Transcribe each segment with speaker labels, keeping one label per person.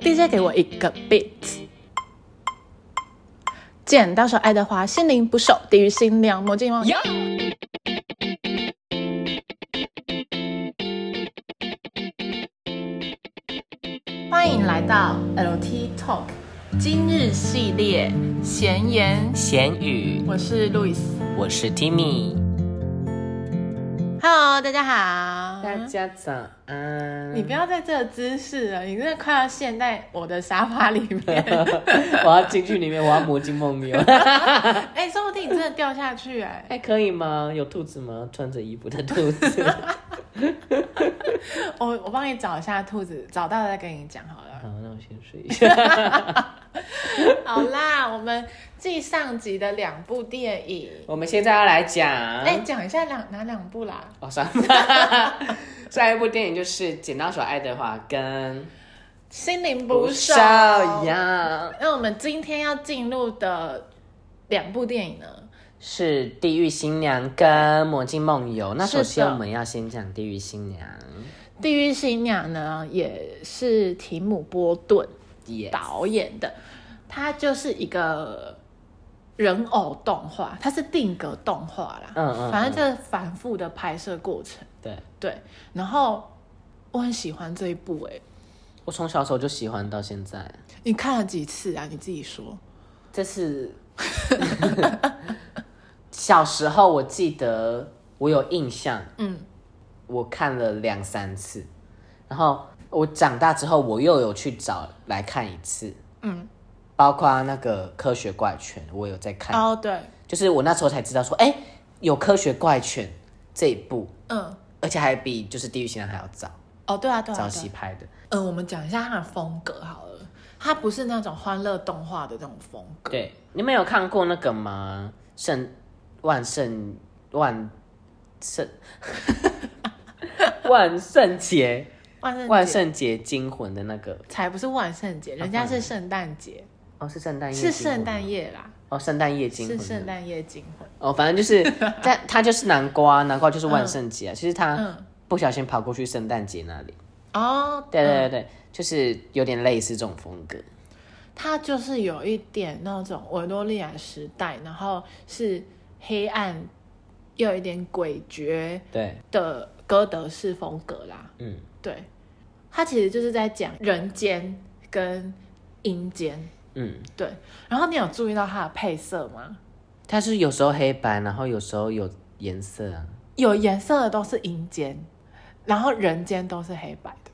Speaker 1: DJ 给我一个 beat。剪刀手爱德华，心灵捕手，地狱新娘，魔镜王。欢迎来到 LT Talk 今日系列闲言，
Speaker 2: 咸鱼，
Speaker 1: 我是路易斯。
Speaker 2: 我是 Timmy。
Speaker 1: Hello，大家好。
Speaker 2: 家早安
Speaker 1: 你不要在这个姿势了，你真的快要陷在我的沙发里 面。
Speaker 2: 我要进去里面，我要魔镜梦游。
Speaker 1: 哎、说不定你真的掉下去哎、
Speaker 2: 还可以吗？有兔子吗？穿着衣服的兔 子。
Speaker 1: 我我帮你找一下兔子，找到了再跟你讲好了。
Speaker 2: 好，那我先睡一 下。
Speaker 1: 好啦，我们继上集的两部电影，
Speaker 2: 我们现在要来讲，
Speaker 1: 哎、讲一下两哪两部啦？
Speaker 2: 哦，上 下一部电影就是《剪刀手爱德华》跟
Speaker 1: 心灵
Speaker 2: 不
Speaker 1: 捕手。
Speaker 2: 一样，
Speaker 1: 那我们今天要进入的两部电影呢？
Speaker 2: 是《地狱新娘》跟《魔镜梦游》。那
Speaker 1: 是
Speaker 2: 首
Speaker 1: 的
Speaker 2: 先我们要先讲《地狱新娘
Speaker 1: 《地狱新娘》呢，也是提姆·波顿》
Speaker 2: 耶。
Speaker 1: 导演的，它就是一个人偶动画，它是定格动画啦。
Speaker 2: 嗯嗯
Speaker 1: 反正这反复的拍摄过程。
Speaker 2: 对，
Speaker 1: 对，然后我很喜欢这一部、欸，
Speaker 2: 我从小时候就喜欢到现在。
Speaker 1: 你看了几次啊？你自己说。
Speaker 2: 这是 小时候，我记得我有印象，
Speaker 1: 嗯，
Speaker 2: 我看了两三次，然后我长大之后，我又有去找来看一次，
Speaker 1: 嗯，
Speaker 2: 包括那个科学怪犬，我有在看，
Speaker 1: 哦，对，
Speaker 2: 就是我那时候才知道说，哎，有科学怪犬这一部，
Speaker 1: 嗯，
Speaker 2: 而且还比就是《地狱新娘》还要早，
Speaker 1: 哦，对啊，对啊，
Speaker 2: 早
Speaker 1: 对
Speaker 2: 期
Speaker 1: 啊。
Speaker 2: 拍的，
Speaker 1: 嗯，我们讲一下它的风格好了，它不是那种欢乐动画的那种风格。
Speaker 2: 对，你们有看过那个吗？圣万圣万圣 万圣节
Speaker 1: 万圣
Speaker 2: 万
Speaker 1: 节
Speaker 2: 圣啊节惊魂的那个
Speaker 1: 才不是万圣节，人家是圣诞节，
Speaker 2: 哦，是圣诞夜
Speaker 1: 是
Speaker 2: 惊魂
Speaker 1: 圣诞
Speaker 2: 吗
Speaker 1: 夜啦，
Speaker 2: 哦，圣诞夜惊
Speaker 1: 是
Speaker 2: 魂
Speaker 1: 圣
Speaker 2: 的
Speaker 1: 诞夜惊魂。
Speaker 2: 哦，反 正就是，但它就是南瓜，南瓜就是万圣节啊。其实他
Speaker 1: 嗯，
Speaker 2: 不小心跑过去圣诞节那里，
Speaker 1: 哦，
Speaker 2: 对对
Speaker 1: 嗯
Speaker 2: 对对，就是有点类似这种风格。
Speaker 1: 它就是有一点那种维多利亚时代，然后是黑暗，又有一点诡谲
Speaker 2: 对，
Speaker 1: 的哥德式风格啦。
Speaker 2: 嗯，
Speaker 1: 对，它其实就是在讲人间跟阴间。
Speaker 2: 嗯，
Speaker 1: 对，然后你有注意到它的配色吗？
Speaker 2: 它是有时候黑白，然后有时候有颜色啊。
Speaker 1: 有颜色的都是阴间，然后人间都是黑白的。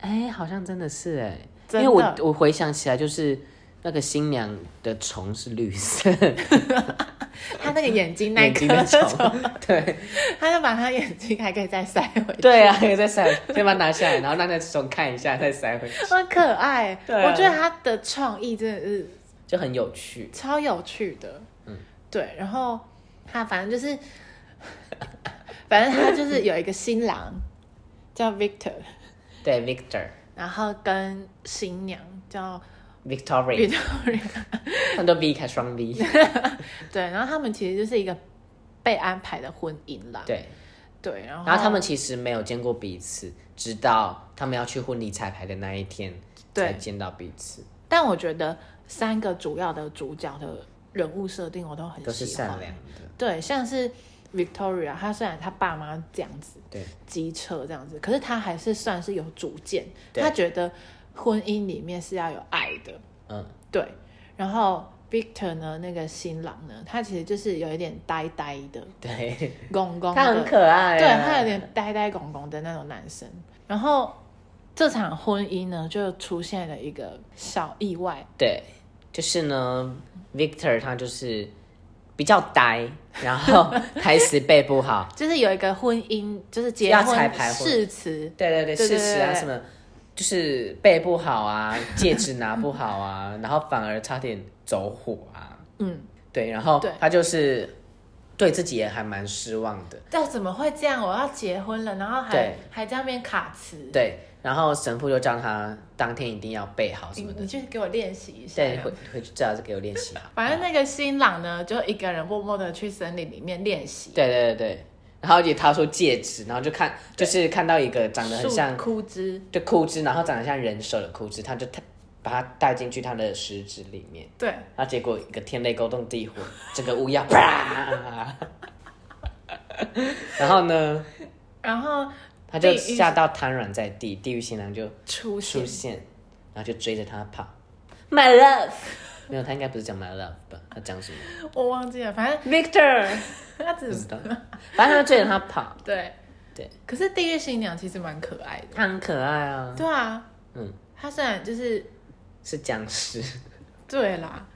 Speaker 2: 哎、好像真的是哎、因
Speaker 1: 真的
Speaker 2: 为我我回想起来，就是那个新娘的虫是绿色，
Speaker 1: 他那个眼睛 那一
Speaker 2: 眼
Speaker 1: 颗
Speaker 2: 睛的
Speaker 1: 虫
Speaker 2: 虫， 对
Speaker 1: 他就把他眼睛还可以再塞回去，
Speaker 2: 对啊，可以再塞，先把它拿下来，然后让那虫看一下，再塞回去，
Speaker 1: 很可爱。
Speaker 2: 对啊
Speaker 1: 我觉得他的创意真的是
Speaker 2: 就很有趣。
Speaker 1: 超有趣的。嗯，对，然后他反正就是， 反正他就是有一个新郎叫 Victor，
Speaker 2: 对，Victor
Speaker 1: 然后跟新娘叫
Speaker 2: Victoria，
Speaker 1: Victoria，
Speaker 2: 很多 V 开双 V，
Speaker 1: 对，然后他们其实就是一个被安排的婚姻啦。
Speaker 2: 对，
Speaker 1: 对，然后
Speaker 2: 然后他们其实没有见过彼此，直到他们要去婚礼彩排的那一天
Speaker 1: 对
Speaker 2: 才见到彼此，
Speaker 1: 但我觉得三个主要的主角的人物设定我都很喜欢，
Speaker 2: 都是善良的，
Speaker 1: 对，像是 Victoria，她虽然她爸妈这样子
Speaker 2: 对
Speaker 1: 机车这样子，可是她还是算是有主见，
Speaker 2: 对
Speaker 1: 她觉得婚姻里面是要有爱的，
Speaker 2: 嗯，
Speaker 1: 对。然后 Victor 呢，那个新郎呢，他其实就是有一点呆呆的、
Speaker 2: 对，
Speaker 1: 公公的，
Speaker 2: 他很可爱啊，
Speaker 1: 对他有点呆呆拱拱的那种男生。然后这场婚姻呢，就出现了一个小意外，
Speaker 2: 对，就是呢，Victor 他就是比较呆，然后 台词背不好，
Speaker 1: 就是有一个婚姻，就是结
Speaker 2: 要
Speaker 1: 婚
Speaker 2: 彩排婚
Speaker 1: 誓词，
Speaker 2: 对对 对，
Speaker 1: 对对
Speaker 2: 事实啊
Speaker 1: 对
Speaker 2: 什么，就是背不好啊，戒指拿不好啊，然后反而差点走火啊，
Speaker 1: 嗯，
Speaker 2: 对，然后
Speaker 1: 对
Speaker 2: 他就是对自己也还蛮失望的，
Speaker 1: 但怎么会这样？我要结婚了，然后还
Speaker 2: 对
Speaker 1: 还在那边卡词，
Speaker 2: 对，然后神父就叫他当天一定要背好什
Speaker 1: 你
Speaker 2: 么的
Speaker 1: 你，去给我练习一下。
Speaker 2: 对，回回去最好是给我练习吧。
Speaker 1: 反正那个新郎呢，就一个人默默的去森林里面练习，
Speaker 2: 对对对对，然后也掏出戒指，然后就看就是看到一个长得很像
Speaker 1: 树枯枝，
Speaker 2: 就枯枝，然后长得像人手的枯枝，他就他把它带进去他的食指里面，
Speaker 1: 对，
Speaker 2: 然后结果一个天雷勾动地火，整个乌鸦啪，然后呢，
Speaker 1: 然后
Speaker 2: 他就
Speaker 1: 地狱
Speaker 2: 吓到瘫软在地，地狱新郎就
Speaker 1: 出
Speaker 2: 出
Speaker 1: 现，
Speaker 2: 现，然后就追着他跑，My love，没有，他应该不是讲 My love 吧？他讲什么
Speaker 1: 我忘记了，反正
Speaker 2: ？Victor，
Speaker 1: 他只
Speaker 2: 不
Speaker 1: 是
Speaker 2: 知道，反正他就追着他跑，
Speaker 1: 对
Speaker 2: 对。
Speaker 1: 可是地狱新娘其实蛮可爱的，
Speaker 2: 他很可爱啊，
Speaker 1: 对啊，
Speaker 2: 嗯，
Speaker 1: 她虽然就是
Speaker 2: 是僵尸，
Speaker 1: 对 啦，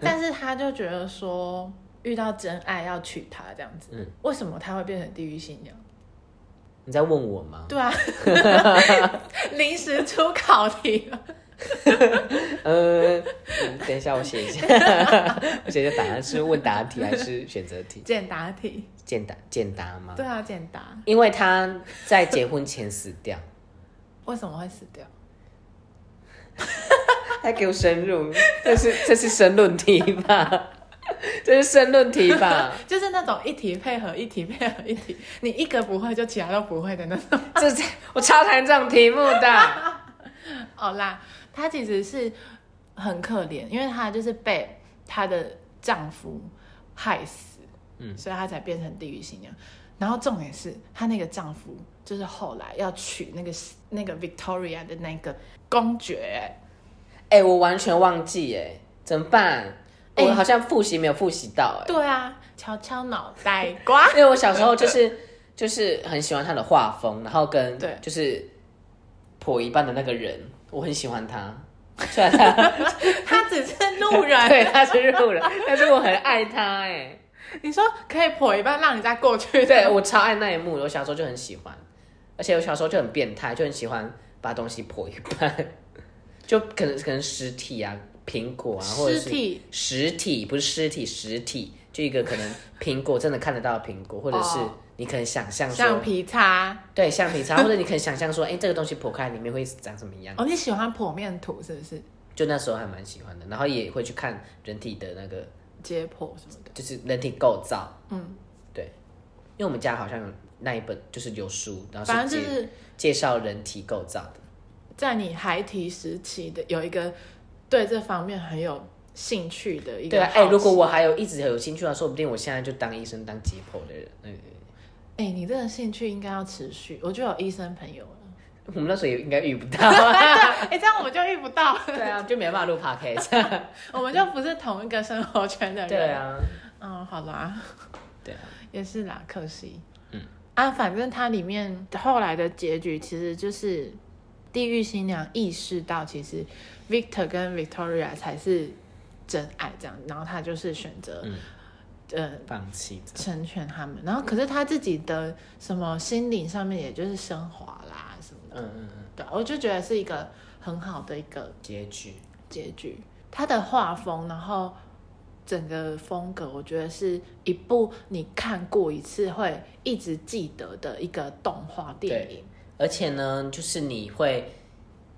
Speaker 1: 但是她就觉得说遇到真爱要娶她这样子，
Speaker 2: 嗯，
Speaker 1: 为什么她会变成地狱新 娘？
Speaker 2: 你在问我吗？
Speaker 1: 对啊，临时出考 题，
Speaker 2: 呃，嗯等一下，我写 一下，我写一下答案是问答题还是选择题？
Speaker 1: 简答题，
Speaker 2: 简答简答吗？
Speaker 1: 对啊，简答，
Speaker 2: 因为他在结婚前死掉，
Speaker 1: 为什么会死掉？
Speaker 2: 还给我深入， 这是这是申论题 吧？这是申论题吧？
Speaker 1: 就是那种一题配合一题配合一题，你一个不会就其他都不会的那种。
Speaker 2: 这是我超讨厌这种题目的。
Speaker 1: 哦啦，她其实是很可怜，因为她就是被她的丈夫害死，
Speaker 2: 嗯
Speaker 1: 所以她才变成地狱新娘。然后重点是，她那个丈夫就是后来要娶那个那个 Victoria 的那个公爵、
Speaker 2: 哎、我完全忘记哎、怎么办？
Speaker 1: 哎
Speaker 2: 我好像复习没有复习到哎、
Speaker 1: 对啊，敲敲脑袋瓜。
Speaker 2: 因为我小时候就是就是很喜欢他的画风，然后跟
Speaker 1: 对
Speaker 2: 就是破一半的那个人，我很喜欢他。虽然 他
Speaker 1: 他只是路 人，
Speaker 2: 对他是路人，但是我很爱他哎、
Speaker 1: 你说可以破一半让人家过去的，
Speaker 2: 对我超爱那一幕，我小时候就很喜欢，而且我小时候就很变态，就很喜欢把东西破一半，就可能可能尸体啊、苹果啊，或者
Speaker 1: 尸
Speaker 2: 是
Speaker 1: 体
Speaker 2: 实体不是尸体，实体就一个可能苹果真的看得到的苹果，或者是
Speaker 1: 哦
Speaker 2: 你可能想象说
Speaker 1: 橡皮擦。
Speaker 2: 对，橡皮擦，或者你可以想象说，哎、这个东西剖开里面会长什么样？
Speaker 1: 哦，你喜欢剖面图是不是？
Speaker 2: 就那时候还蛮喜欢的，然后也会去看人体的那个，
Speaker 1: 解剖什么的，
Speaker 2: 就是人体构造。
Speaker 1: 嗯，
Speaker 2: 对，因为我们家好像有那一本就是有书，然后
Speaker 1: 反
Speaker 2: 是
Speaker 1: 正
Speaker 2: 介、
Speaker 1: 就是
Speaker 2: 介绍人体构造的。
Speaker 1: 在你孩提时期的有一个对这方面很有兴趣的一个
Speaker 2: 对啊，
Speaker 1: 好奇。
Speaker 2: 哎、如果我还有一直有兴趣的话，说不定我现在就当医生、当解剖的人。嗯，
Speaker 1: 哎、你这个兴趣应该要持续，我就有医生朋友 了。
Speaker 2: 我们那时候也应该遇不到。啊
Speaker 1: 哎、这样我们就遇不到了，
Speaker 2: 对啊，就没办法录 podcast。
Speaker 1: 我们就不是同一个生活圈的人。
Speaker 2: 对，啊，
Speaker 1: 嗯，好啦。
Speaker 2: 对啊，
Speaker 1: 也是啦，可惜。
Speaker 2: 嗯
Speaker 1: 啊，反正它里面后来的结局其实就是地狱新娘意识到，其实 Victor 跟 Victoria 才是真爱这样，然后她就是选择，
Speaker 2: 嗯
Speaker 1: 呃，
Speaker 2: 放弃这样。
Speaker 1: 成全他们。然后可是她自己的什么心灵上面，也就是升华啦什么的。
Speaker 2: 嗯嗯嗯，
Speaker 1: 对，啊我就觉得是一个很好的一个
Speaker 2: 结局。
Speaker 1: 结局。他的画风，然后整个风格，我觉得是一部你看过一次会一直记得的一个动画电影。
Speaker 2: 而且呢，就是你会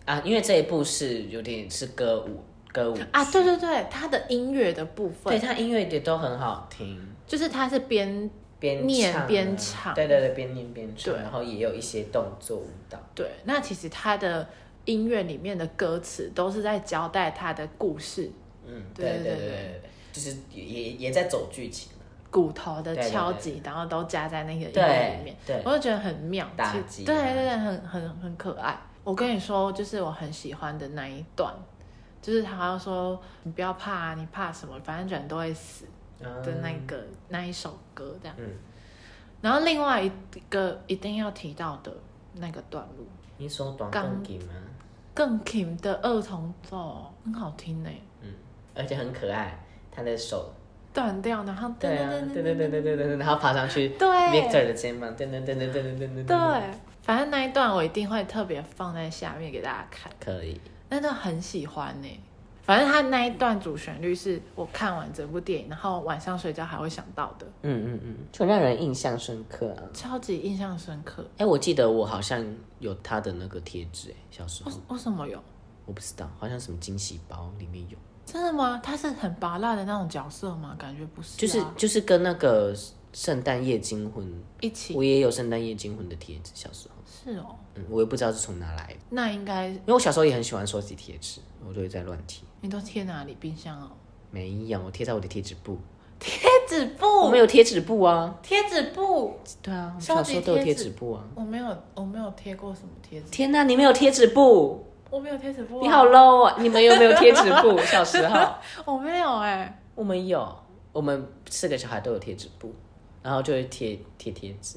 Speaker 2: 啊，因为这一部是有点是歌舞歌舞
Speaker 1: 啊，
Speaker 2: 剧
Speaker 1: 对，对对，他的音乐的部
Speaker 2: 对，
Speaker 1: 分，
Speaker 2: 它音乐也都很好听，
Speaker 1: 就是他是编
Speaker 2: 边
Speaker 1: 念
Speaker 2: 唱啊
Speaker 1: 边唱
Speaker 2: 对对对，边念边唱，
Speaker 1: 对
Speaker 2: 然后也有一些动作舞蹈，
Speaker 1: 对，那其实他的音乐里面的歌词都是在交代他的故事，
Speaker 2: 嗯，
Speaker 1: 对
Speaker 2: 对
Speaker 1: 对
Speaker 2: 对
Speaker 1: 对
Speaker 2: 对，就是也也也在走剧情啊，
Speaker 1: 骨头的
Speaker 2: 对对
Speaker 1: 敲
Speaker 2: 对
Speaker 1: 击，然后都加在那个音乐里
Speaker 2: 对
Speaker 1: 面。
Speaker 2: 对
Speaker 1: 我，就觉得很妙，
Speaker 2: 打
Speaker 1: 其
Speaker 2: 击
Speaker 1: 对
Speaker 2: 啊
Speaker 1: 对对，很很很可爱。我跟你说，就是我很喜欢的那一段，就是他要说你不要怕、啊，你怕什么？反正人都会死的那
Speaker 2: 嗯
Speaker 1: 个、那一首歌这样。
Speaker 2: 嗯
Speaker 1: 然后另外一个一定要提到的那个段落，
Speaker 2: 你说短
Speaker 1: 刚
Speaker 2: 动给吗？
Speaker 1: 更 Kim 的二重奏很好听欸呢、
Speaker 2: 嗯，而且很可爱，他的手，
Speaker 1: 断掉然后
Speaker 2: 对啊，对对对对对对，然后爬上去
Speaker 1: 对
Speaker 2: ，Victor 的肩膀，噔噔噔噔噔噔噔噔，
Speaker 1: 对，反正那一段我一定会特别放在下面给大家看。
Speaker 2: 可以。
Speaker 1: 那段很喜欢呢、欸反正他那一段主旋律是我看完整部电影，然后晚上睡觉还会想到的，
Speaker 2: 嗯嗯嗯，就让人印象深刻啊。
Speaker 1: 超级印象深刻。
Speaker 2: 哎、我记得我好像有他的那个贴纸，哎，小时候
Speaker 1: 为为什么有？
Speaker 2: 我不知道，好像什么惊喜包里面有，
Speaker 1: 真的吗？他是很拔辣的那种角色吗？感觉不是啊、
Speaker 2: 就是就是跟那个圣诞夜惊魂，
Speaker 1: 一起
Speaker 2: 我也有圣诞夜惊魂的贴纸，小时候，
Speaker 1: 是哦，
Speaker 2: 嗯，我也不知道是从哪来的，
Speaker 1: 那应该
Speaker 2: 因为我小时候也很喜欢收集贴纸，我都会在乱贴。
Speaker 1: 你都贴哪里？冰箱哦，
Speaker 2: 没有，我贴在我的贴纸布，
Speaker 1: 贴纸
Speaker 2: 我
Speaker 1: 布，
Speaker 2: 没有贴纸布啊。
Speaker 1: 贴纸布，
Speaker 2: 对啊，我
Speaker 1: 收
Speaker 2: 小
Speaker 1: 集
Speaker 2: 时候都有
Speaker 1: 贴
Speaker 2: 贴
Speaker 1: 纸
Speaker 2: 纸布啊。
Speaker 1: 我没有，我没有贴过什么贴纸，
Speaker 2: 天哪、你没有贴纸布，
Speaker 1: 我没有贴纸布、
Speaker 2: 你好，low 啊！你们有没有贴纸布？小时候
Speaker 1: 我没有哎、
Speaker 2: 我们有，我们四个小孩都有贴纸布，然后就会贴贴贴纸。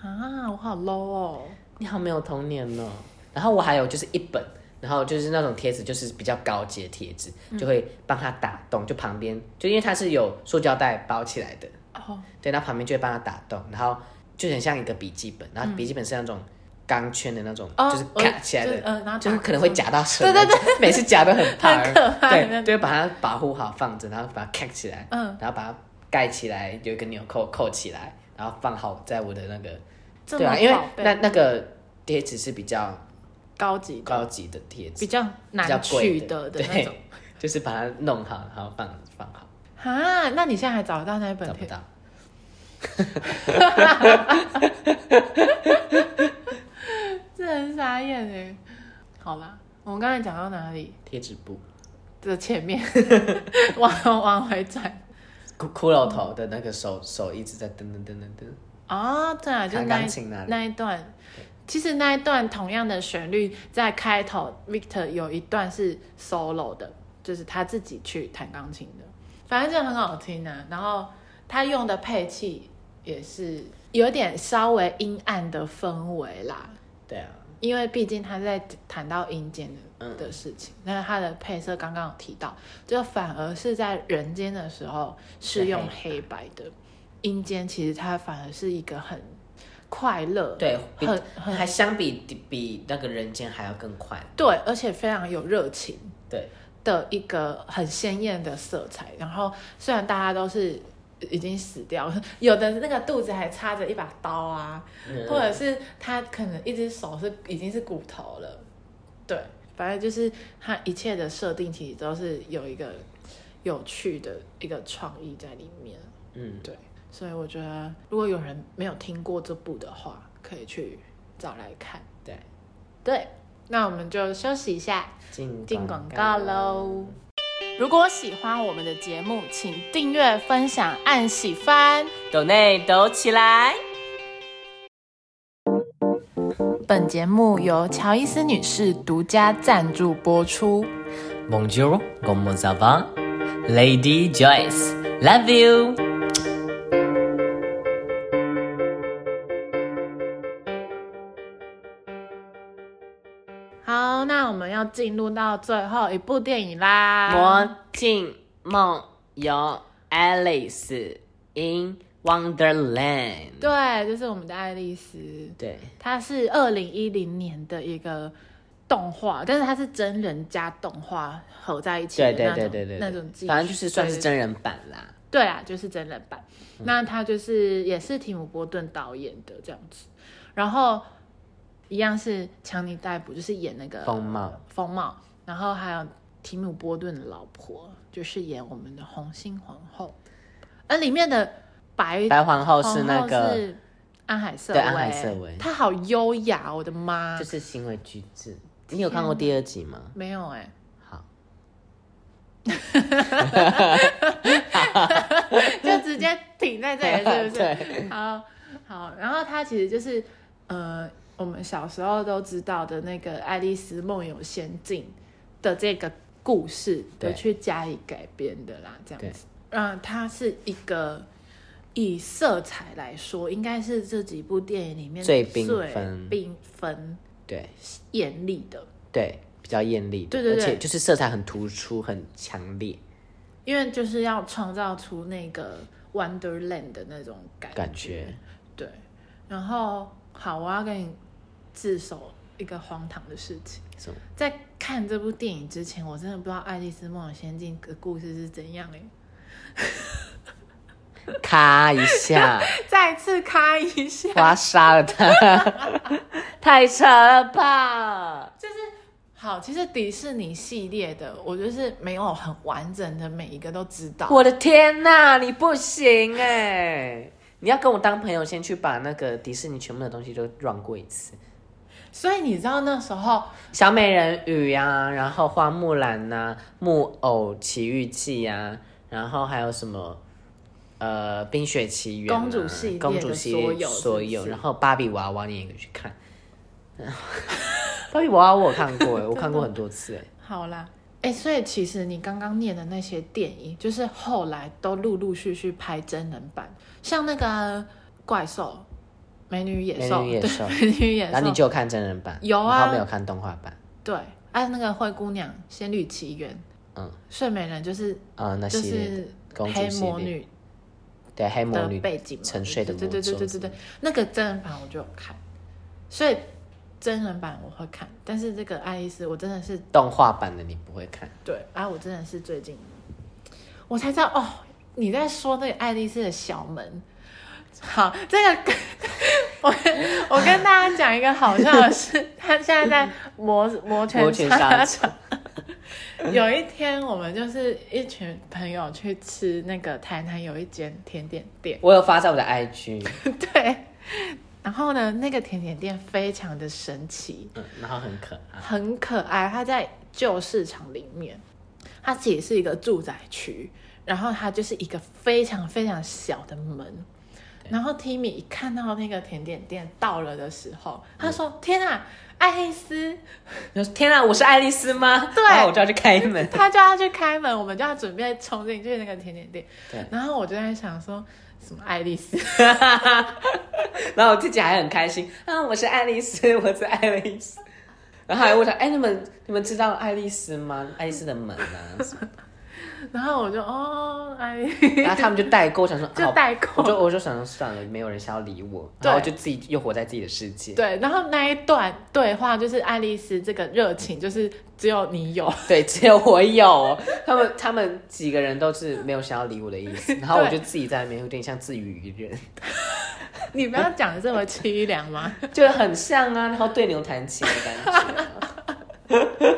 Speaker 1: 啊，我好 low 哦，
Speaker 2: 你好没有童年哦。然后我还有就是一本，然后就是那种贴纸，就是比较高级的贴纸，就会帮它打洞，就旁边就因为它是有塑胶袋包起来的，
Speaker 1: 哦，
Speaker 2: 对，那旁边就会帮它打洞，然后就很像一个笔记本，然后笔记本是那种钢圈的那种，
Speaker 1: 嗯哦
Speaker 2: 就是卡起来
Speaker 1: 我就是
Speaker 2: 的，
Speaker 1: 呃，然后
Speaker 2: 就是
Speaker 1: 打
Speaker 2: 可能会夹到手，
Speaker 1: 对对
Speaker 2: 对，每次夹都很怕，
Speaker 1: 很可怕的那
Speaker 2: 对，就会把它保护好放着，然后把它卡起来，
Speaker 1: 嗯，
Speaker 2: 然后把它盖起来，有一个纽扣扣起来，然后放好在我的那个，
Speaker 1: 这
Speaker 2: 对
Speaker 1: 么
Speaker 2: 啊，因为
Speaker 1: 宝贝
Speaker 2: 那那个贴纸是比较
Speaker 1: 高级的，
Speaker 2: 高级的贴纸
Speaker 1: 比，较
Speaker 2: 比较
Speaker 1: 嗯难
Speaker 2: 贵
Speaker 1: 取得
Speaker 2: 的
Speaker 1: 的那
Speaker 2: 对
Speaker 1: 种。，
Speaker 2: 就是把它弄好，然后放放好，
Speaker 1: 啊，那你现在还找得到那一本
Speaker 2: 找不
Speaker 1: 贴？
Speaker 2: 到。
Speaker 1: 这很傻眼哎。好啦，我们刚才讲到哪里？
Speaker 2: 贴纸布，
Speaker 1: 这前 面往往回转
Speaker 2: 骷骷髅头的那个手手一直在噔噔噔噔噔。
Speaker 1: 哦，对啊，就是
Speaker 2: 弹
Speaker 1: 那一
Speaker 2: 钢琴那里
Speaker 1: 那一段。其实那一段同样的旋律，在开头 Victor 有一段是 solo 的，就是他自己去弹钢琴的，反正就很好听啊。然后他用的配器也是有点稍微阴暗的氛围啦，
Speaker 2: 对啊，
Speaker 1: 因为毕竟他在谈到阴间的
Speaker 2: 嗯
Speaker 1: 的事情，那他的配色刚刚有提到，就反而是在人间的时候是用黑白的，阴间其实它反而是一个很快乐，
Speaker 2: 对，比
Speaker 1: 很很
Speaker 2: 还相比比那个人间还要更快。
Speaker 1: 对，而且非常有热情
Speaker 2: 对，
Speaker 1: 的一个很鲜艳的色彩。然后虽然大家都是已经死掉了， 有的那个肚子还插着一把刀啊，或
Speaker 2: 嗯，
Speaker 1: 者是他可能一只手是已经是骨头了，对，反正就是他一切的设定其实都是有一个有趣的一个创意在里面，
Speaker 2: 嗯
Speaker 1: 对，所以我觉得如果有人没有听过这部的话，可以去找来看，
Speaker 2: 对，
Speaker 1: 对，那我们就休息一下，
Speaker 2: 进
Speaker 1: 进广告。喽。如果喜欢我们的节目，请订阅、分享、按喜欢。
Speaker 2: 抖内抖起来。
Speaker 1: 本节目由乔伊斯女士独家赞助播出。
Speaker 2: Bonjour, comment ça va, Lady Joyce? Love you.
Speaker 1: 好，那我们要进入到最后一部电影啦。
Speaker 2: 魔镜梦游 Alice in Wonderland。
Speaker 1: 对，就是我们的爱丽丝，
Speaker 2: 对，
Speaker 1: 它是二零一零年的一个动画，但是它是真人加动画合在一起的
Speaker 2: 对
Speaker 1: 那
Speaker 2: 对
Speaker 1: 种
Speaker 2: 对对对，
Speaker 1: 那种技术，
Speaker 2: 反正就是算是
Speaker 1: 对
Speaker 2: 真人版啦。
Speaker 1: 对啊，就是真人版。那他就是也是提姆波顿导演的这样子，然后一样是强尼戴普，就是演那个
Speaker 2: 风貌，
Speaker 1: 风貌，然后还有提姆波顿的老婆，就是演我们的红心皇后，而里面的白
Speaker 2: 白皇后
Speaker 1: 皇
Speaker 2: 是那个
Speaker 1: 是安海瑟
Speaker 2: 对
Speaker 1: 薇
Speaker 2: 安海瑟薇
Speaker 1: 她好优雅，我的妈，
Speaker 2: 就是行为举止。你有看过第二集吗？
Speaker 1: 没有 哎、
Speaker 2: 好，
Speaker 1: 就直接停在 这里，是不
Speaker 2: 对
Speaker 1: 是？好好，然后它其实就是呃，我们小时候都知道的那个《爱丽丝梦游仙境》的这个故事，
Speaker 2: 对
Speaker 1: 有去加以改编的啦，这样子。嗯，它是一个以色彩来说，应该是这几部电影里面
Speaker 2: 最
Speaker 1: 最
Speaker 2: 缤纷
Speaker 1: 缤纷、
Speaker 2: 对
Speaker 1: 艳丽的。
Speaker 2: 对，比较艳丽的，
Speaker 1: 对对对
Speaker 2: 而且就是色彩很突出，很强烈
Speaker 1: 因为就是要创造出那个 Wonderland 的那种感
Speaker 2: 感觉。
Speaker 1: 对，然后好，我要跟你自首一个荒唐的事情。
Speaker 2: 什么？
Speaker 1: 在看这部电影之前，我真的不知道《爱丽丝梦游仙境》的故事是怎样哎、
Speaker 2: 咔一下，
Speaker 1: 再次咔一下，
Speaker 2: 我要杀 了他，太扯了吧！
Speaker 1: 就是好。其实迪士尼系列的，我就是没有很完整的每一个都知道。
Speaker 2: 我的天呐，你不行哎、你要跟我当朋友，先去把那个迪士尼全部的东西都 run 过一次，
Speaker 1: 所以你知道那时候
Speaker 2: 小美人鱼啊，然后花木兰呐、木偶奇遇记啊，然后还有什么呃冰雪奇缘、啊、
Speaker 1: 公主系列的
Speaker 2: 公主系
Speaker 1: 所
Speaker 2: 列
Speaker 1: 有
Speaker 2: 所
Speaker 1: 是不
Speaker 2: 有，
Speaker 1: 是
Speaker 2: 然后芭比娃娃你也可以去看， 芭比娃娃我有看 过哎、我看过很多次哎、
Speaker 1: 好啦，哎、所以其实你刚刚念的那些电影，就是后来都陆陆续续拍真人版，像那个怪兽、美女野兽、
Speaker 2: 美女野兽
Speaker 1: 对，美女野
Speaker 2: 然后你
Speaker 1: 兽，
Speaker 2: 就有看真人版，
Speaker 1: 哎有啊
Speaker 2: 然后没有看动画版，
Speaker 1: 对，哎、那个灰姑娘、仙女奇缘、
Speaker 2: 嗯
Speaker 1: 睡美人，就是
Speaker 2: 啊、那
Speaker 1: 就
Speaker 2: 系列的、
Speaker 1: 是
Speaker 2: 公
Speaker 1: 黑
Speaker 2: 主系
Speaker 1: 魔
Speaker 2: 列，
Speaker 1: 女
Speaker 2: 对黑魔
Speaker 1: 的
Speaker 2: 女
Speaker 1: 背景嘛，
Speaker 2: 沉睡的
Speaker 1: 对
Speaker 2: 魔
Speaker 1: 对对
Speaker 2: 咒
Speaker 1: 对
Speaker 2: 之
Speaker 1: 对对，那个真人版我就有看，所以真人版我会看，但是这个爱丽丝我真的是
Speaker 2: 动画版的你不会看，
Speaker 1: 对啊，我真的是最近我才知道哦，你在说那个爱丽丝的小门。好，这个我
Speaker 2: 哎
Speaker 1: 我跟大家讲一个好笑的事，他现在在摩摩
Speaker 2: 摩
Speaker 1: 拳
Speaker 2: 拳
Speaker 1: 擦
Speaker 2: 擦
Speaker 1: 掌。有一天，我们就是一群朋友去吃那个台南有一间甜点店，
Speaker 2: 我有发在我的 IG，
Speaker 1: 对。然后呢，那个甜点店非常的神奇，
Speaker 2: 嗯，然后很可爱，
Speaker 1: 很可爱。它在旧市场里面，它其实是一个住宅区，然后它就是一个非常非常小的门。然后 Timmy 一看到那个甜点店到了的时候，他
Speaker 2: 嗯
Speaker 1: 说：“天啊，爱丽丝！”
Speaker 2: 你说天啊，我是爱丽丝吗？
Speaker 1: 对，
Speaker 2: 然后我就要去开门
Speaker 1: 他就要去开门，我们就要准备冲进去那个甜点店。
Speaker 2: 对
Speaker 1: 然后我就在想说，什么爱丽丝？
Speaker 2: 然后我自己还很开心啊，我是爱丽丝，我是爱丽丝，然后还问他，哎，你们你们知道爱丽丝吗？爱丽丝的门啊，什么
Speaker 1: 然后我就哦，爱丽
Speaker 2: 然后他们就代购，我想说
Speaker 1: 就
Speaker 2: 好
Speaker 1: 代
Speaker 2: 我就
Speaker 1: 购。
Speaker 2: 我就想说算了，没有人想要理我，
Speaker 1: 对
Speaker 2: 然后我就自己又活在自己的世界。
Speaker 1: 对，然后那一段对话就是爱丽丝这个热情，就是只有你有。
Speaker 2: 对，只有我有。他们他们几个人都是没有想要理我的意思，然后我就自己在那边有点像自娱于人，
Speaker 1: 你不要讲得这么凄凉嘛。
Speaker 2: 就很像啊，然后对牛弹琴的感觉。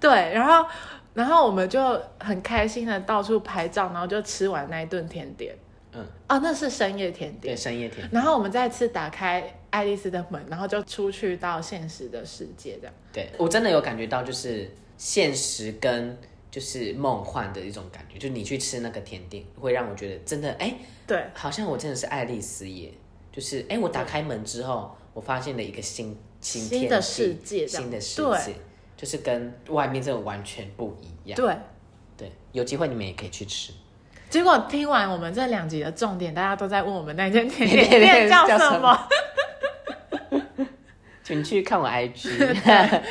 Speaker 1: 对，然后然后我们就很开心的到处拍照，然后就吃完那一顿甜点。
Speaker 2: 嗯，
Speaker 1: 哦，那是深夜甜
Speaker 2: 对，
Speaker 1: 点。
Speaker 2: 深夜甜，
Speaker 1: 然后我们再次打开爱丽丝的门，然后就出去到现实的世界，这样。
Speaker 2: 对我真的有感觉到，就是现实跟就是哎梦幻的一种感觉，就你去吃那个甜点，会让我觉得真的，哎，
Speaker 1: 对，
Speaker 2: 好像我真的是爱丽丝耶。就是，哎，我打开门之后，我发现了一个新新
Speaker 1: 新
Speaker 2: 天
Speaker 1: 的
Speaker 2: 地
Speaker 1: 世界这样
Speaker 2: 新的世
Speaker 1: 对
Speaker 2: 界，就是跟外面这种完全不一样。
Speaker 1: 对。
Speaker 2: 对，有机会你们也可以去吃。
Speaker 1: 结果听完我们这两集的重点，大家都在问我们那间甜
Speaker 2: 对
Speaker 1: 点
Speaker 2: 对对
Speaker 1: 店叫
Speaker 2: 叫什
Speaker 1: 什么，
Speaker 2: 请去看我 IG，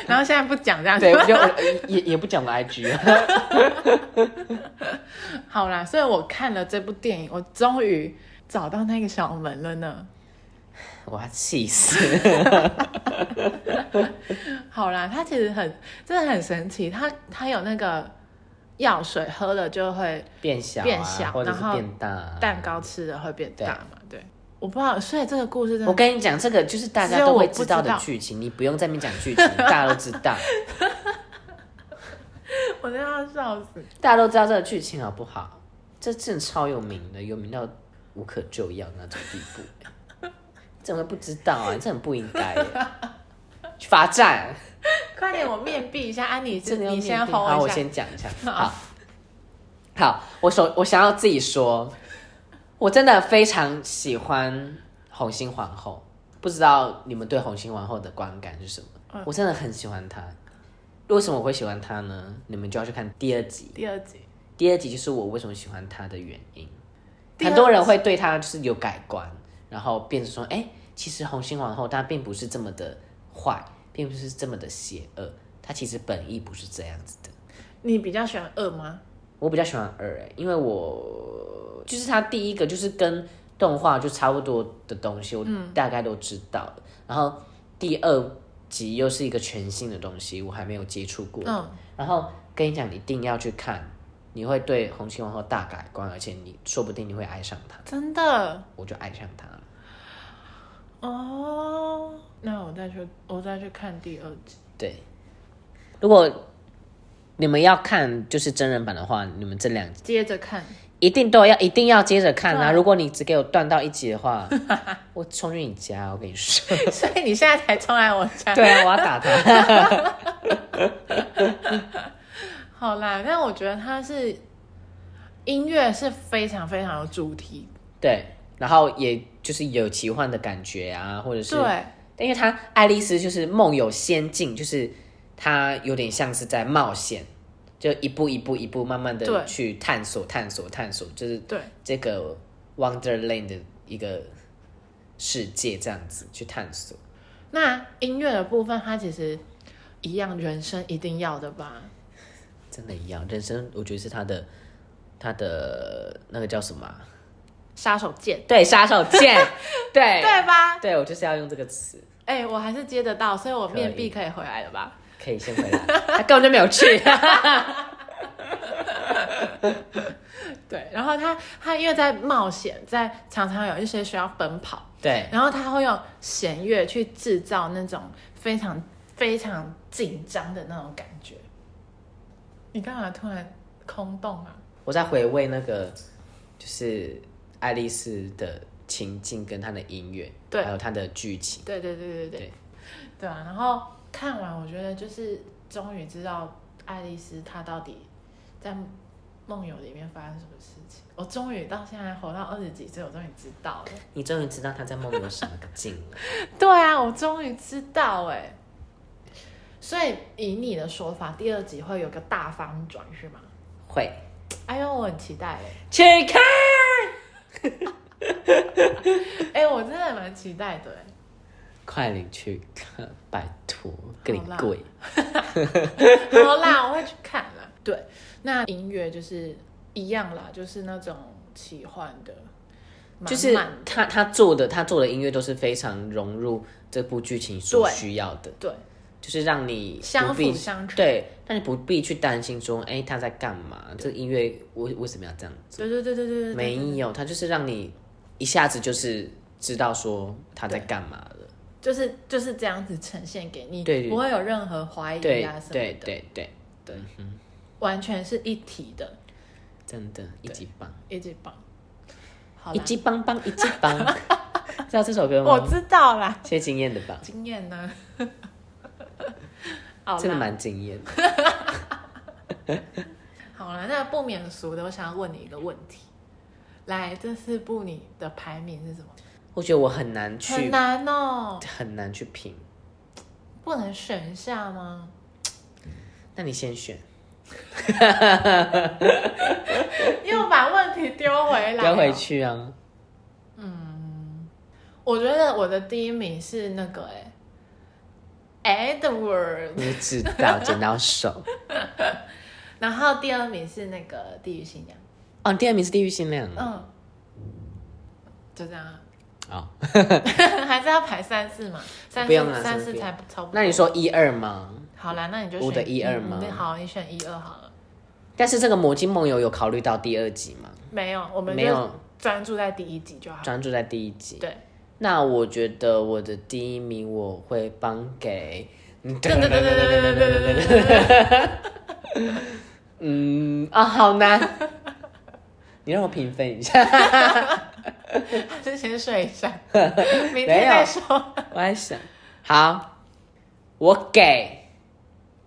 Speaker 1: 然后现在不讲这样
Speaker 2: 对，
Speaker 1: 子。
Speaker 2: 我就我也也不讲我 IG，
Speaker 1: 好啦，所以我看了这部电影，我终于找到那个小门了呢。
Speaker 2: 我要气死。
Speaker 1: 好啦，它其实很真的很神奇，它它有那个药水喝了就会
Speaker 2: 变小、啊，
Speaker 1: 变小
Speaker 2: 或者是
Speaker 1: 然后
Speaker 2: 变大、啊。
Speaker 1: 蛋糕吃了会变大嘛？对，我不知道，所以这个故事真
Speaker 2: 我
Speaker 1: 的
Speaker 2: 跟你讲，这个就是大
Speaker 1: 只
Speaker 2: 家
Speaker 1: 有
Speaker 2: 都
Speaker 1: 我
Speaker 2: 会
Speaker 1: 不
Speaker 2: 知
Speaker 1: 知
Speaker 2: 道的
Speaker 1: 道
Speaker 2: 剧情，你不用在那边讲剧情，大家都知 道，
Speaker 1: 我真的要笑死。
Speaker 2: 大家都知道这个剧情好不好？这真的超有名的，有名到无可救药那种地步。欸 怎么会不知道啊？这很不应该耶。去 罚站，
Speaker 1: 快点，我面壁一下，安、啊、妮，
Speaker 2: 真的要
Speaker 1: 你
Speaker 2: 面
Speaker 1: 先
Speaker 2: 对好，
Speaker 1: 吼
Speaker 2: 我
Speaker 1: 一下。
Speaker 2: 先讲一下。好，好，我首我想要自己说，我真的非常喜欢红心皇后。不知道你们对红心皇后的观感是什么？
Speaker 1: 嗯
Speaker 2: 我真的很喜欢她。为什么我会喜欢她呢？你们就要去看第二集。
Speaker 1: 第二集，
Speaker 2: 第二集就是我为什么喜欢她的原因。
Speaker 1: 第二
Speaker 2: 很多人会对她就是有改观，然后变成说，哎、其实红心皇后她并不是这么的坏，并不是这么的邪恶，她其实本意不是这样子的。
Speaker 1: 你比较喜欢二吗？
Speaker 2: 我比较喜欢二哎、因为我就是它第一个就是跟动画就差不多的东西，我大概都知道了。然后第二集又是一个全新的东西，我还没有接触过。
Speaker 1: 嗯，
Speaker 2: 然后跟你讲，一定要去看，你会对红心王后大改观，而且你说不定你会爱上她。
Speaker 1: 真的
Speaker 2: 我就爱上她了。
Speaker 1: 哦。那我再去，我再去看第二集。
Speaker 2: 对，如果你们要看就是真人版的话，你们这两集
Speaker 1: 接着 看，
Speaker 2: 一定都要一定要接着看
Speaker 1: 对
Speaker 2: 啊！
Speaker 1: 啊
Speaker 2: 如果你只给我断到一集的 话，我冲去你家，我跟你说。
Speaker 1: 所以你现在才冲来我家。
Speaker 2: 对啊，我要打他。
Speaker 1: 好啦，但我觉得它是音乐是非常非常有主题，
Speaker 2: 对，然后也就是有奇幻的感觉啊，或者是
Speaker 1: 对，
Speaker 2: 因为她爱丽丝就是梦游仙境，就是她有点像是在冒险，就一步一步一步慢慢的
Speaker 1: 对
Speaker 2: 去探索探索探索，就是
Speaker 1: 对
Speaker 2: 这个 Wonderland 的一个世界这样子去探索。
Speaker 1: 那音乐的部分，它其实一样，人生一定要的吧？
Speaker 2: 真的一样，人生我觉得是她的她的那个叫什么啊、
Speaker 1: 杀手锏，
Speaker 2: 对，杀手 锏，对
Speaker 1: 对吧？
Speaker 2: 对，我就是要用这个词。
Speaker 1: 哎、我还是接得到，所以我面壁
Speaker 2: 可
Speaker 1: 可以回来了吧？
Speaker 2: 可以先回来，他根本就没有去。
Speaker 1: 对，然后他他因为在冒险，在常常有一些需要奔跑，
Speaker 2: 对，
Speaker 1: 然后他会用弦乐去制造那种非常非常紧张的那种感觉。你干嘛突然空洞啊？
Speaker 2: 我在回味那个就是爱丽丝的情境跟她的音乐，
Speaker 1: 对
Speaker 2: 还有她的剧情，
Speaker 1: 对对对对对，
Speaker 2: 对
Speaker 1: 对啊。然后看完，我觉得就是终于知道爱丽丝她到底在梦游里面发生什么事情。我终于到现在活到二十几岁，我终于知道了。
Speaker 2: 你终于知道她在梦游什么个境了。
Speaker 1: 对啊，我终于知道哎、所以以你的说法，第二集会有个大翻转是吗？
Speaker 2: 会
Speaker 1: 哎呦，我很期待哎、
Speaker 2: 去看，
Speaker 1: 哎、我真的蛮期待的、哎
Speaker 2: 快点去看，拜托，跟你
Speaker 1: 好啦
Speaker 2: 跪。
Speaker 1: 好啦，我会去看啦。对，那音乐就是一样啦，就是那种奇幻的，满
Speaker 2: 就是
Speaker 1: 满的
Speaker 2: 他他做的他做的音乐都是非常融入这部剧情所
Speaker 1: 对
Speaker 2: 需要的，
Speaker 1: 对
Speaker 2: 就是让你
Speaker 1: 相
Speaker 2: 不必
Speaker 1: 辅相成。
Speaker 2: 对，但你不必去担心说，哎、他在干嘛？这个音乐为为什么要这样做？
Speaker 1: 对对对对对对，
Speaker 2: 没有，他就是让你一下子就是知道说他在干嘛了。
Speaker 1: 就是就是这样子呈现给你，
Speaker 2: 对
Speaker 1: 不会有任何怀疑
Speaker 2: 对
Speaker 1: 啊什
Speaker 2: 对
Speaker 1: 么的，
Speaker 2: 对对对，
Speaker 1: 完全是一体的，
Speaker 2: 真的，一级棒，
Speaker 1: 一级棒。好
Speaker 2: 一
Speaker 1: 啦，
Speaker 2: 级棒棒，一级棒。 知道这首歌
Speaker 1: 我
Speaker 2: 吗？
Speaker 1: 知道啦，
Speaker 2: 谢金燕的吧，
Speaker 1: 经验呢？ 好啦
Speaker 2: 真的蛮惊艳的。
Speaker 1: 好了，那不免俗的，我想要问你一个问题。来，这四部你的排名是什么？
Speaker 2: 我觉得我很难去
Speaker 1: 很难哦，
Speaker 2: 很难去评，
Speaker 1: 不能选一下吗？
Speaker 2: 那你先选，
Speaker 1: 又把问题丢回来，哦
Speaker 2: 要回。去啊。
Speaker 1: 我觉得我的第一名是那个哎、Edward，
Speaker 2: 我就知道剪刀手。
Speaker 1: 然后第二名是那个地狱新娘。
Speaker 2: 哦，第二名是地狱新娘。
Speaker 1: 嗯，就这样啊，
Speaker 2: 哦，
Speaker 1: 还是要排三四嘛？三
Speaker 2: 不用啦
Speaker 1: 四三四
Speaker 2: 不用
Speaker 1: 才超不多。
Speaker 2: 那你说一二吗？
Speaker 1: 好啦，那你就
Speaker 2: 我的
Speaker 1: 选
Speaker 2: 一二吗
Speaker 1: 嗯好，你选一二好了。
Speaker 2: 但是这个《魔镜梦游》有考虑到第二集吗？
Speaker 1: 没有，我们
Speaker 2: 没
Speaker 1: 就
Speaker 2: 有，
Speaker 1: 专注在第一集就好。
Speaker 2: 专注在第一集。
Speaker 1: 对，
Speaker 2: 那我觉得我的第一名我会颁给，
Speaker 1: 对对对对对对对对对对。
Speaker 2: 嗯啊，好难，你让我评分一下，
Speaker 1: 之前睡一 下，明天再说。
Speaker 2: 我在想，好，我给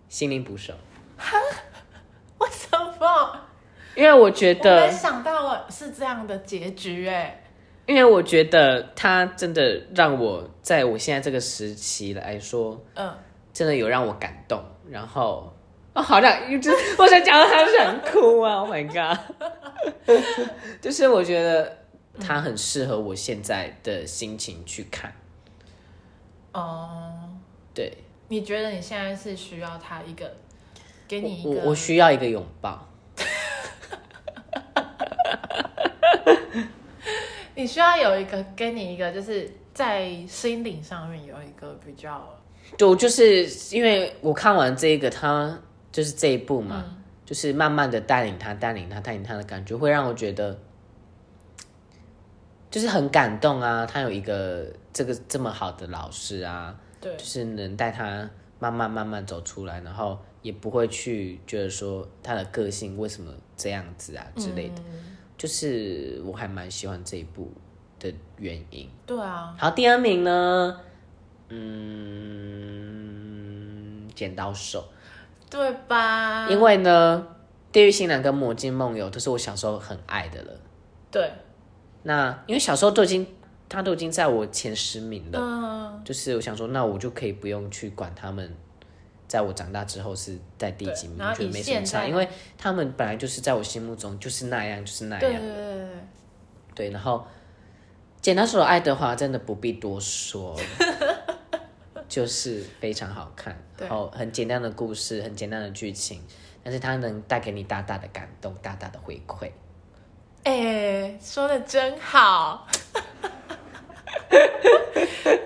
Speaker 2: 心灵捕手，
Speaker 1: 为什么？
Speaker 2: 因为我觉
Speaker 1: 我没
Speaker 2: 得，
Speaker 1: 想到是这样的结局哎、
Speaker 2: 因为我觉得他真的让我在我现在这个时期来说，
Speaker 1: 嗯，
Speaker 2: 真的有让我感动，然后。哦，好想，就是 我想讲到他想哭啊！Oh my god，就是我觉得他很适合我现在的心情去看，
Speaker 1: 哦，
Speaker 2: 对
Speaker 1: 你觉得你现在是需要他一个，给
Speaker 2: 我
Speaker 1: 你一
Speaker 2: 我
Speaker 1: 个，
Speaker 2: 我需要一个拥抱，
Speaker 1: 你需要有一个给你一个，就是在心灵上面有一个比较，
Speaker 2: 就就是因为我看完这个，他就是这一部嘛，
Speaker 1: 嗯
Speaker 2: 就是慢慢的带领他，带领他，带领他的感觉，会让我觉得就是很感动啊。他有一个这个这么好的老师啊，
Speaker 1: 对
Speaker 2: 就是能带他慢慢慢慢走出来，然后也不会去觉得说他的个性为什么这样子啊之
Speaker 1: 嗯
Speaker 2: 类的，就是我还蛮喜欢这一部的原因。
Speaker 1: 对啊，
Speaker 2: 好，第二名呢，嗯，剪刀手，
Speaker 1: 对吧？
Speaker 2: 因为呢，《地狱新娘》跟《魔镜梦游》都是我小时候很爱的了。
Speaker 1: 对，
Speaker 2: 那因为小时候都已经，他都已经在我前十名了，
Speaker 1: 嗯，
Speaker 2: 就是我想说，那我就可以不用去管他们。在我长大之后是在第几名，
Speaker 1: 对然后
Speaker 2: 觉
Speaker 1: 以
Speaker 2: 得没什么
Speaker 1: 现
Speaker 2: 差，
Speaker 1: 在
Speaker 2: 因为他们本来就是在我心目中就是那样，就是那
Speaker 1: 对
Speaker 2: 样。
Speaker 1: 对对对对，
Speaker 2: 对，然后剪刀手的爱德华真的不必多说， 就是非常好看，
Speaker 1: 对
Speaker 2: 然后很简单的故事，很简单的剧情，但是它能带给你大大的感动，大大的回馈。
Speaker 1: 哎、说的真好，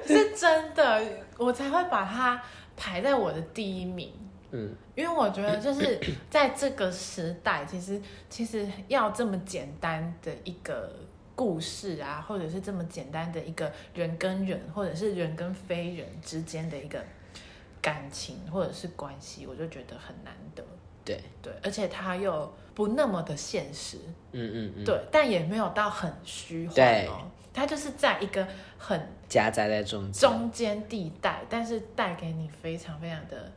Speaker 1: 是真的，我才会把它排在我的第一名。
Speaker 2: 嗯，
Speaker 1: 因为我觉得就是在这个时代，其实其实要这么简单的一个故事啊，或者是这么简单的一个人跟人，或者是人跟非人之间的一个感情或者是关系，我就觉得很难得。
Speaker 2: 对，
Speaker 1: 对，而且它又不那么的现实。
Speaker 2: 嗯嗯嗯，
Speaker 1: 对，但也没有到很虚幻
Speaker 2: 对
Speaker 1: 哦。它就是在一个很
Speaker 2: 夹杂在中间。
Speaker 1: 中间地带，但是带给你非常非常的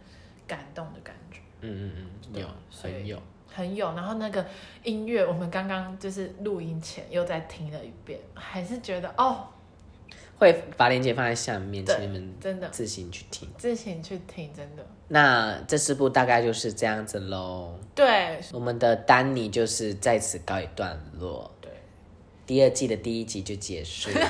Speaker 1: 感动的感觉，
Speaker 2: 嗯嗯嗯，
Speaker 1: 对
Speaker 2: 有
Speaker 1: 所以
Speaker 2: 很有，
Speaker 1: 很有。然后那个音乐，我们刚刚就是录音前又再听了一遍，还是觉得哦，
Speaker 2: 会把链接放在下面，
Speaker 1: 对
Speaker 2: 请你们
Speaker 1: 真的
Speaker 2: 自行去听。
Speaker 1: 自行去听，真的。
Speaker 2: 那这四部大概就是这样子喽。
Speaker 1: 对
Speaker 2: 我们的丹尼就是在此告一段落，
Speaker 1: 对，
Speaker 2: 第二季的第一集就结束了。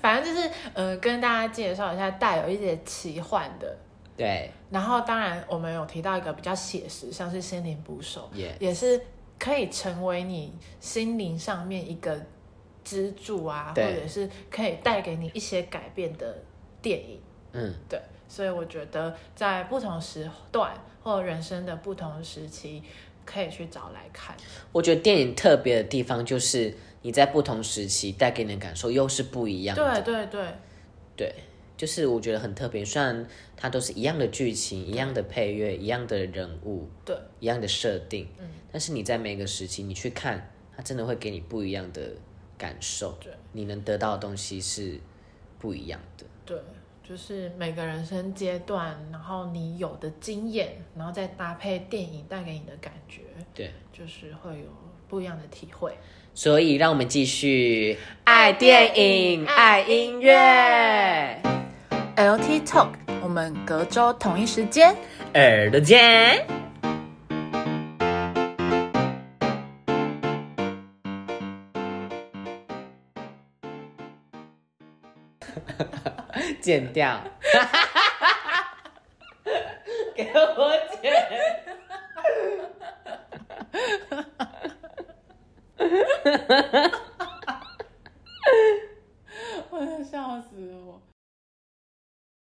Speaker 1: 反正就是呃，跟大家介绍一下，带有一点奇幻的。
Speaker 2: 对，
Speaker 1: 然后当然我们有提到一个比较写实，像是心灵捕手，
Speaker 2: 也
Speaker 1: 也是可以成为你心灵上面一个支柱啊，或
Speaker 2: 对
Speaker 1: 者是可以带给你一些改变的电影。
Speaker 2: 嗯，
Speaker 1: 对，所以我觉得在不同时段或人生的不同时期，可以去找来看。
Speaker 2: 我觉得电影特别的地方就是你在不同时期带给你的感受又是不一样的，
Speaker 1: 对对对
Speaker 2: 对，就是我觉得很特别。虽然它都是一样的剧情、一样的配乐、一样的人物、
Speaker 1: 对，
Speaker 2: 一样的设定，
Speaker 1: 嗯
Speaker 2: 但是你在每个时期你去看，它真的会给你不一样的感受
Speaker 1: 对，
Speaker 2: 你能得到的东西是不一样的。
Speaker 1: 对，就是每个人生阶段，然后你有的经验，然后再搭配电影带给你的感觉，
Speaker 2: 对，
Speaker 1: 就是会有不一样的体会。
Speaker 2: 所以让我们继续
Speaker 1: 爱电影爱音乐。LT Talk，我们隔周同一时间。
Speaker 2: 耳朵见。 剪掉， 给我剪。